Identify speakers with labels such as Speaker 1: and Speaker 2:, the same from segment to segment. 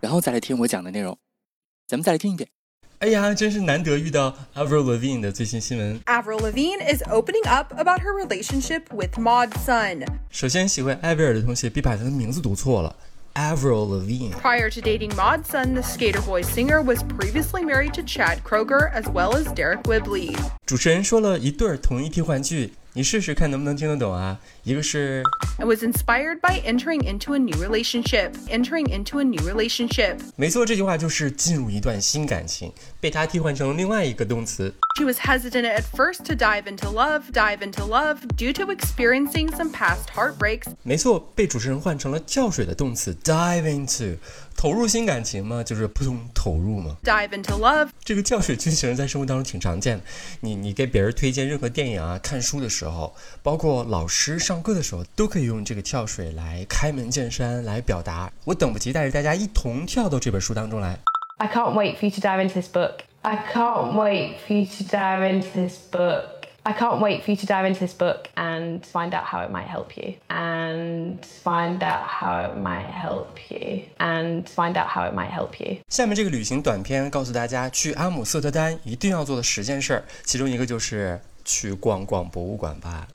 Speaker 1: 然后再来听我讲的内容。咱们再来听一遍。
Speaker 2: 哎呀，真是难得遇到 Avril Lavigne 的最新新闻。
Speaker 3: Avril Lavigne is opening up about her relationship with Maud Sun.
Speaker 2: 首先，喜欢艾薇儿的同学别把她的名字读错了，Avril Lavigne。
Speaker 3: Prior to dating Maud Sun, the Skater Boy singer was previously married to Chad Kroger as well as Derek Whibley.
Speaker 2: 主持人说了一对儿同一替换句，你试试看能不能听得懂啊？一个是
Speaker 3: and was inspired by entering into a new relationship. Entering into a new relationship.
Speaker 2: 没错，这句话就是进入一段新感情，被他替换成另外一个动词。
Speaker 3: She was hesitant at first to dive into love, dive into love, due to experiencing some past heartbreaks
Speaker 2: 没错，被主持人换成了跳水的动词 dive into，投入新感情嘛，就是扑通投入嘛。
Speaker 3: dive into love,
Speaker 2: 这个跳水句型在生活当中挺常见的。你你给别人推荐任何电影啊、看书的时候，包括老师上课的时候，都可以用这个跳水来开门见山来表达。我等不及带着大家一同跳到这本书当中来。
Speaker 4: I can't wait for you to dive into this book. I can't wait for you to dive into this book. I can't wait for you to dive into this book and find out how it might help you. And find out how it might help you. And find out how it might help you.
Speaker 2: 下面这个旅行短片告诉大家，去阿姆斯特丹一定要做的十件事儿，其中一个就是去逛逛博物馆吧。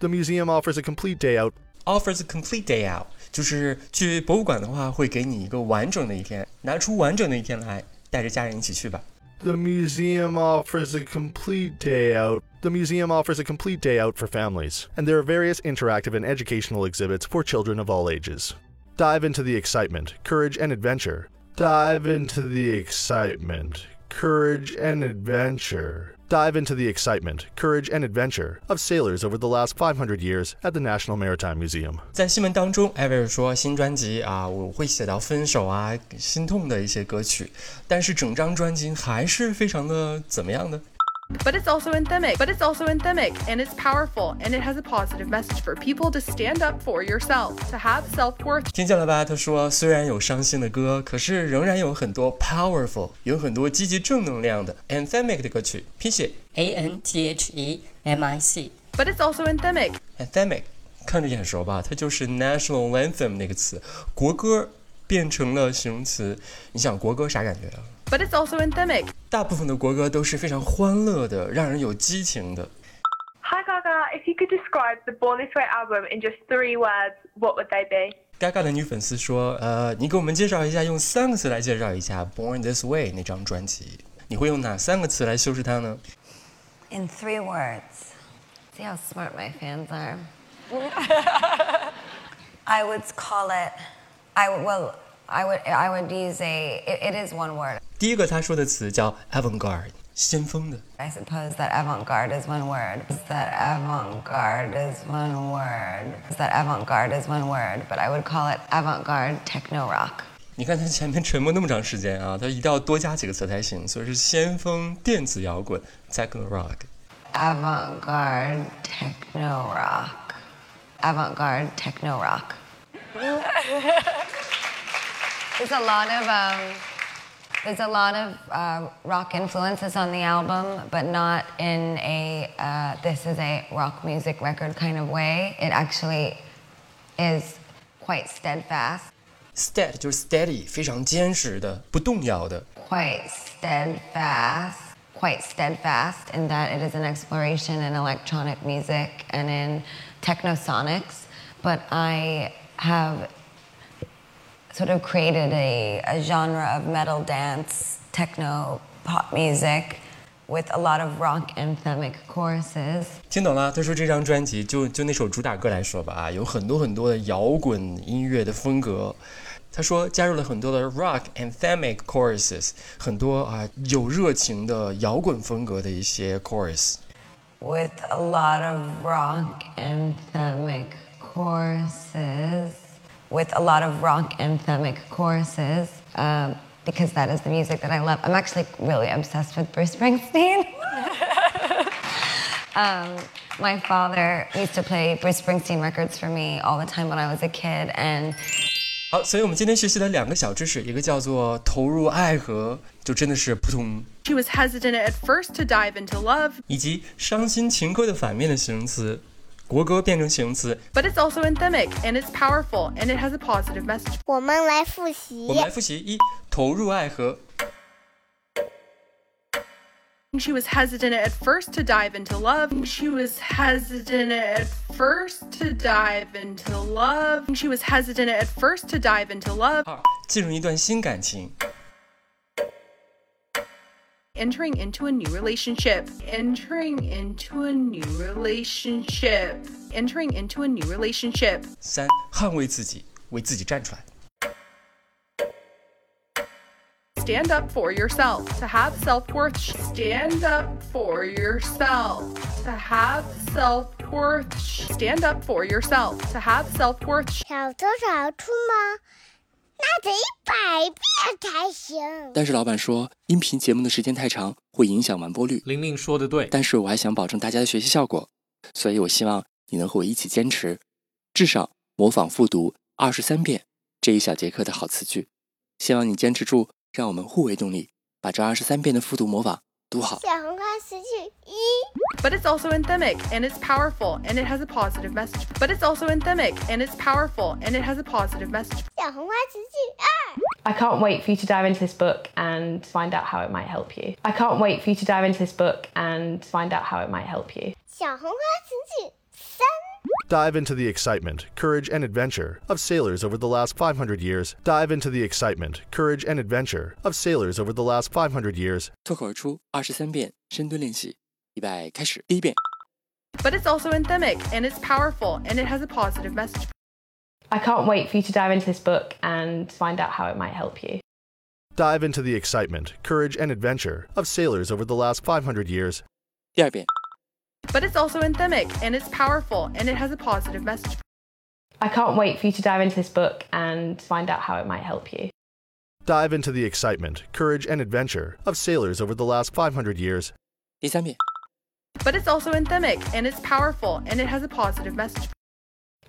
Speaker 5: The museum offers a complete day out.
Speaker 2: offers a complete day out，就是去博物馆的话，会给你一个完整的一天，拿出完整的一天来，带着家人一起去吧。
Speaker 5: The museum offers a complete day out. The museum offers a complete day out for families, and there are various interactive and educational exhibits for children of all ages. Dive into the excitement, courage, and adventure. Dive into the excitement, courage, and adventure. Dive into the excitement, courage, and adventure of sailors over the last 500 years at the National Maritime Museum.
Speaker 2: 在新闻当中，艾薇儿说新专辑啊，我会写到分手啊、心痛的一些歌曲，但是整张专辑还是非常的怎么样呢？
Speaker 3: but it's also anthemic. But it's also anthemic and it's powerful and it has a positive message for people to stand up for yourself, to have self-worth,
Speaker 2: 听见了吧？他说虽然有伤心的歌，可是仍然有很多 powerful，有很多积极正能量的 anthemic 的歌曲，拼写
Speaker 6: A N T H E M I C.
Speaker 3: but it's also anthemic.
Speaker 2: anthemic，看着眼熟吧？它就是 national anthem 那个词，国歌变成了形容词。你想国歌啥感觉啊？
Speaker 3: But it's also anthemic.
Speaker 2: 大部分的国歌都是非常欢乐的，让人有激情的。
Speaker 7: Hi Gaga, if you could describe the Born This Way album in just three words, what would they be?
Speaker 2: Gaga 的女粉丝说：“呃，你给我们介绍一下，用三个词来介绍一下《Born This Way》那张专辑，你会用哪三个词来修饰它呢
Speaker 8: In three words. See how smart my fans are. I would call it. I would, well, I would. I would use a. It, it is one word.？”
Speaker 2: 第一个她说的词叫 avant-garde，先锋的。
Speaker 8: I suppose that avant-garde is one word. That avant-garde is one word. That avant-garde is one word. But I would call it avant-garde techno rock.
Speaker 2: 你看她前面沉默那么长时间啊，她一定要多加几个词才行，所以是先锋电子摇滚 （techno rock）。
Speaker 8: Avant-garde techno rock. Avant-garde techno rock. there's a lot of um, there's a lot of uh, rock influences on the album, but not in a uh, this is a rock music record kind of way. It actually is quite steadfast.
Speaker 2: Stead 就是 steady，非常坚实的、不动摇的。
Speaker 8: quite steadfast, quite steadfast in that it is an exploration in electronic music and in technosonics. But I have sort of created a, a genre of metal dance, techno, pop music with a lot of rock anthemic choruses.
Speaker 2: 听懂了？他说这张专辑就就那首主打歌来说吧啊，有很多很多的摇滚音乐的风格。他说加入了很多的 rock anthemic choruses，很多啊有热情的摇滚风格的一些 chorus。
Speaker 8: with a lot of rock anthemic choruses. With a lot of rock anthemic choruses. um, because that is the music that I love. I'm actually really obsessed with Bruce Springsteen. um, my father used to play Bruce Springsteen records for me all the time when I was a kid, and
Speaker 2: 好，所以我们今天学习了两个小知识，一个叫做投入爱河，就真的是扑通，
Speaker 3: She was hesitant at first to dive into love,
Speaker 2: 以及伤心情歌的反面的形容词，国歌变成形容词。
Speaker 3: but it's also anthemic and it's powerful and it has a positive message.
Speaker 9: 我们来复
Speaker 2: 我们
Speaker 9: 习。
Speaker 2: 来复习：一、投入爱河；
Speaker 3: She was hesitant at first to dive into love. She was hesitant at first to dive into love. She was hesitant at first to dive into love.
Speaker 2: 二、进入一段新感情；
Speaker 3: Entering into a new relationship. Entering into a new relationship. Entering into a new relationship.
Speaker 2: 三、捍卫自己，为自己站出来。
Speaker 3: Stand up for yourself. To have self worth. Stand up for yourself. To have self worth. Stand up for yourself. To have self worth.
Speaker 9: 小偷小兔吗？那得一百遍才行。
Speaker 1: 但是老板说，音频节目的时间太长，会影响完播率。
Speaker 10: 玲玲说的对，
Speaker 1: 但是我还想保证大家的学习效果，所以我希望你能和我一起坚持，至少模仿复读二十三遍这一小节课的好词句。希望你坚持住，让我们互为动力，把这二十三遍的复读模仿读好。
Speaker 9: 小红花词句一，
Speaker 3: But it's also anthemic and it's powerful and it has a positive message. But it's also anthemic and it's powerful and it has a positive message.
Speaker 9: 小红花词句二，
Speaker 4: I can't wait for you to dive into this book and find out how it might help you. I can't wait for you to dive into this book and find out how it might help you.
Speaker 9: 小红花词句三，
Speaker 5: Dive into the excitement, courage, and adventure of sailors over the last 500 years. Dive into the excitement, courage, and adventure of sailors over the last 500 years.
Speaker 1: 脱口而出二十三遍深蹲练习，预备开始。第一遍，
Speaker 3: But it's also anthemic and it's powerful and it has a positive message.
Speaker 4: I can't wait for you to dive into this book and find out how it might help you.
Speaker 5: Dive into the excitement, courage, and adventure of sailors over the last 500 years.
Speaker 1: 第二遍，
Speaker 3: But it's also anthemic and it's powerful and it has a positive message.
Speaker 4: I can't wait for you to dive into this book and find out how it might help you.
Speaker 5: Dive into the excitement, courage, and adventure of sailors over the last 500 years.
Speaker 1: 第三遍，
Speaker 3: But it's also anthemic and it's powerful and it has a positive message.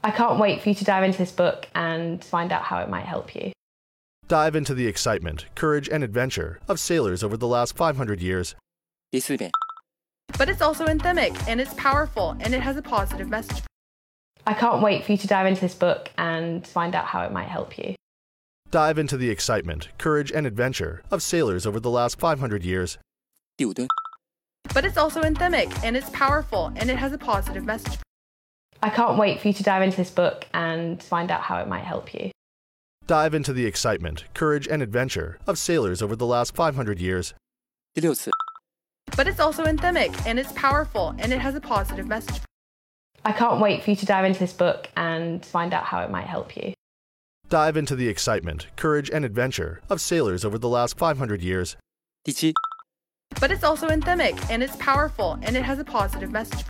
Speaker 4: I can't wait for you to dive into this book and find out how it might help you.
Speaker 5: Dive into the excitement, courage, and adventure of sailors over the last 500 years.
Speaker 1: 第四遍，
Speaker 3: But it's also anthemic and it's powerful and it has a positive message.
Speaker 4: I can't wait for you to dive into this book and find out how it might help you.
Speaker 5: Dive into the excitement, courage, and adventure of sailors over the last 500 years.
Speaker 1: 第五蹲，
Speaker 3: But it's also anthemic and it's powerful and it has a positive message.
Speaker 4: I can't wait for you to dive into this book and find out how it might help you.
Speaker 5: Dive into the excitement, courage, and adventure of sailors over the last 500 years.
Speaker 1: 第六次，
Speaker 3: But it's also anthemic and it's powerful and it has a positive message.
Speaker 4: I can't wait for you to dive into this book and find out how it might help you.
Speaker 5: Dive into the excitement, courage, and adventure of sailors over the last 500 years.
Speaker 1: 第七，
Speaker 3: But it's also anthemic and it's powerful and it has a positive message.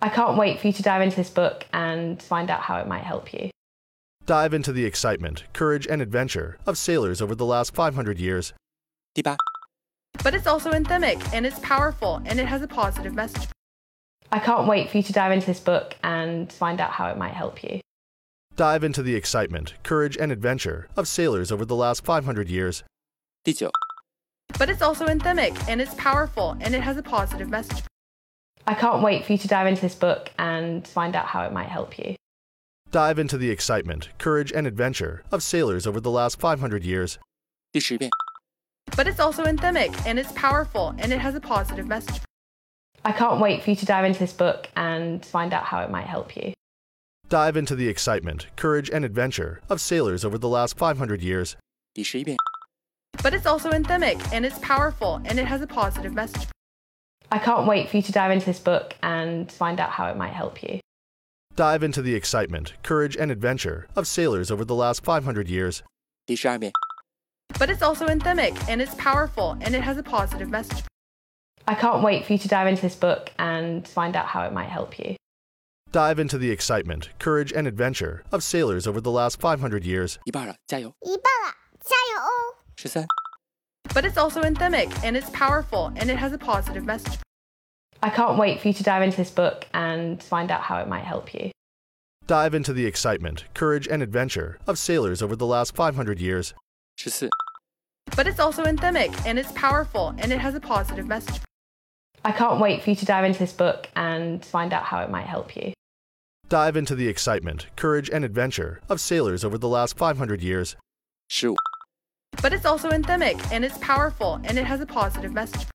Speaker 4: I can't wait for you to dive into this book and find out how it might help you.
Speaker 5: Dive into the excitement, courage, and adventure of sailors over the last 500 years.
Speaker 1: 第八，
Speaker 3: But it's also anthemic and it's powerful and it has a positive message.
Speaker 4: I can't wait for you to dive into this book and find out how it might help you.
Speaker 5: Dive into the excitement, courage, and adventure of sailors over the last 500 years.
Speaker 1: 第九，
Speaker 3: But it's also anthemic and it's powerful and it has a positive message.
Speaker 4: I can't wait for you to dive into this book and find out how it might help you.
Speaker 5: Dive into the excitement, courage, and adventure of sailors over the last 500 years.
Speaker 1: 第十遍，
Speaker 3: But it's also anthemic and it's powerful and it has a positive message.
Speaker 4: I can't wait for you to dive into this book and find out how it might help you.
Speaker 5: Dive into the excitement, courage, and adventure of sailors over the last 500 years.
Speaker 1: 第十一遍，
Speaker 3: But it's also anthemic and it's powerful and it has a positive message.
Speaker 4: I can't wait for you to dive into this book and find out how it might help you.
Speaker 5: Dive into the excitement, courage, and adventure of sailors over the last 500 years.
Speaker 1: 第十二遍，
Speaker 3: But it's also anthemic and it's powerful and it has a positive message.
Speaker 4: I can't wait for you to dive into this book and find out how it might help you.
Speaker 5: Dive into the excitement, courage, and adventure of sailors over the last 500 years.
Speaker 1: 一半了，加油！
Speaker 9: 一半了，加油哦！
Speaker 1: 十三、
Speaker 3: But it's also anthemic and it's powerful and it has a positive message.
Speaker 4: I can't wait for you to dive into this book and find out how it might help you.
Speaker 5: Dive into the excitement, courage, and adventure of sailors over the last 500 years
Speaker 1: 十四、
Speaker 3: But it's also anthemic and it's powerful and it has a positive message.
Speaker 4: I can't wait for you to dive into this book and find out how it might help you.
Speaker 5: Dive into the excitement, courage, and adventure of sailors over the last 500 years.
Speaker 1: 十五、
Speaker 3: But it's also anthemic and it's powerful and it has a positive message.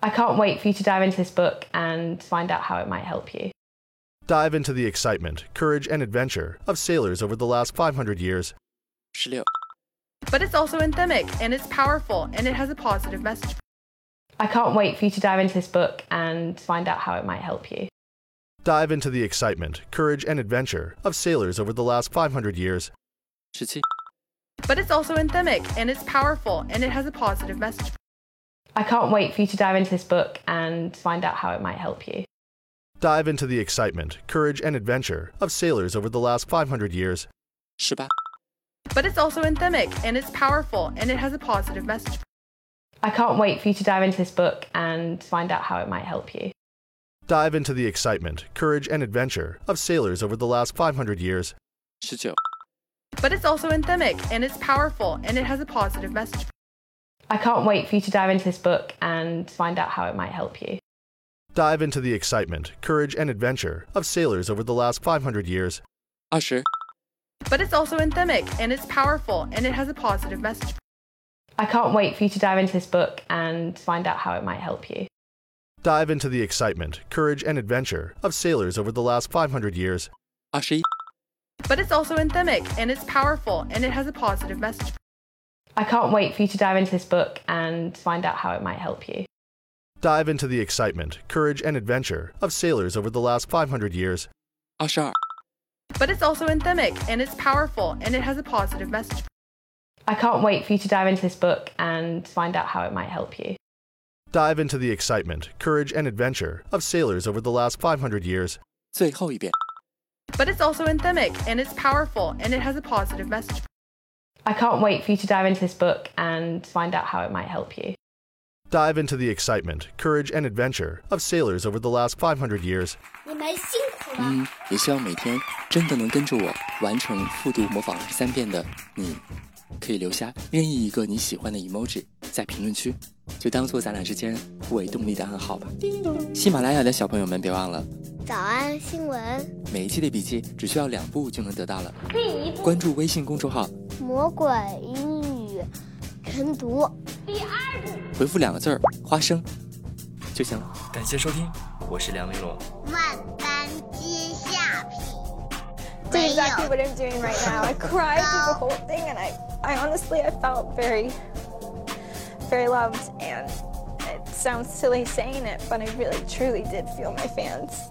Speaker 4: I can't wait for you to dive into this book and find out how it might help you.
Speaker 5: Dive into the excitement, courage, and adventure of sailors over the last 500 years.
Speaker 1: 十六、
Speaker 3: But it's also anthemic and it's powerful and it has a positive message.
Speaker 4: I can't wait for you to dive into this book and find out how it might help you.
Speaker 5: Dive into the excitement, courage, and adventure of sailors over the last 500 years.
Speaker 1: 十七、
Speaker 3: But it's also anthemic and it's powerful and it has a positive message.
Speaker 4: I can't wait for you to dive into this book and find out how it might help you.
Speaker 5: Dive into the excitement, courage, and adventure of sailors over the last 500 years.
Speaker 1: 十八、
Speaker 3: But it's also anthemic and it's powerful and it has a positive message.
Speaker 4: I can't wait for you to dive into this book and find out how it might help you.
Speaker 5: Dive into the excitement, courage, and adventure of sailors over the last 500 years.
Speaker 1: 十九、
Speaker 3: But it's also anthemic and it's powerful and it has a positive message.
Speaker 4: I can't wait for you to dive into this book and find out how it might help you.
Speaker 5: Dive into the excitement, courage, and adventure of sailors over the last 500 years.
Speaker 1: 二十、
Speaker 3: But it's also anthemic and it's powerful and it has a positive message.
Speaker 4: I can't wait for you to dive into this book and find out how it might help you.
Speaker 5: Dive into the excitement, courage, and adventure of sailors over the last 500 years.
Speaker 1: 二十一、
Speaker 3: But it's also anthemic and it's powerful and it has a positive message.
Speaker 4: I can't wait for you to dive into this book and find out how it might help you.
Speaker 5: Dive into the excitement, courage, and adventure of sailors over the last 500 years.
Speaker 1: 二十二、
Speaker 3: But it's also anthemic and it's powerful and it has a positive message.
Speaker 4: I can't wait for you to dive into this book and find out how it might help you.
Speaker 5: Dive into the excitement, courage, and adventure of sailors over the last 500 years.
Speaker 1: 最后一遍。
Speaker 3: But it's also anthemic and it's powerful and it has a positive message.
Speaker 4: I can't wait for you to dive into this book and find out how it might help you.
Speaker 5: Dive into the excitement, courage, and adventure of sailors over the last 500 years.
Speaker 11: 你们辛苦了。
Speaker 1: 嗯，也希望每天真的能跟着我完成复读模仿二十三遍的你，可以留下任意一个你喜欢的 emoji 在评论区，就当做咱俩之间互为动力的暗号吧。喜马拉雅的小朋友们别忘了，
Speaker 9: 早安新闻，
Speaker 1: 每一期的笔记只需要两步就能得到了。
Speaker 11: 第一步，
Speaker 1: 关注微信公众号，
Speaker 9: 魔鬼英语晨读。
Speaker 11: 第二步，
Speaker 1: 回复两个字儿“花生”就行了。
Speaker 2: 感谢收听，我是梁丽罗。
Speaker 9: 万般皆下品，
Speaker 10: did exactly what I'm doing right now. I cried through the whole thing, and I, I honestly, I felt very, very loved. And it sounds silly saying it, but I really, truly did feel my fans.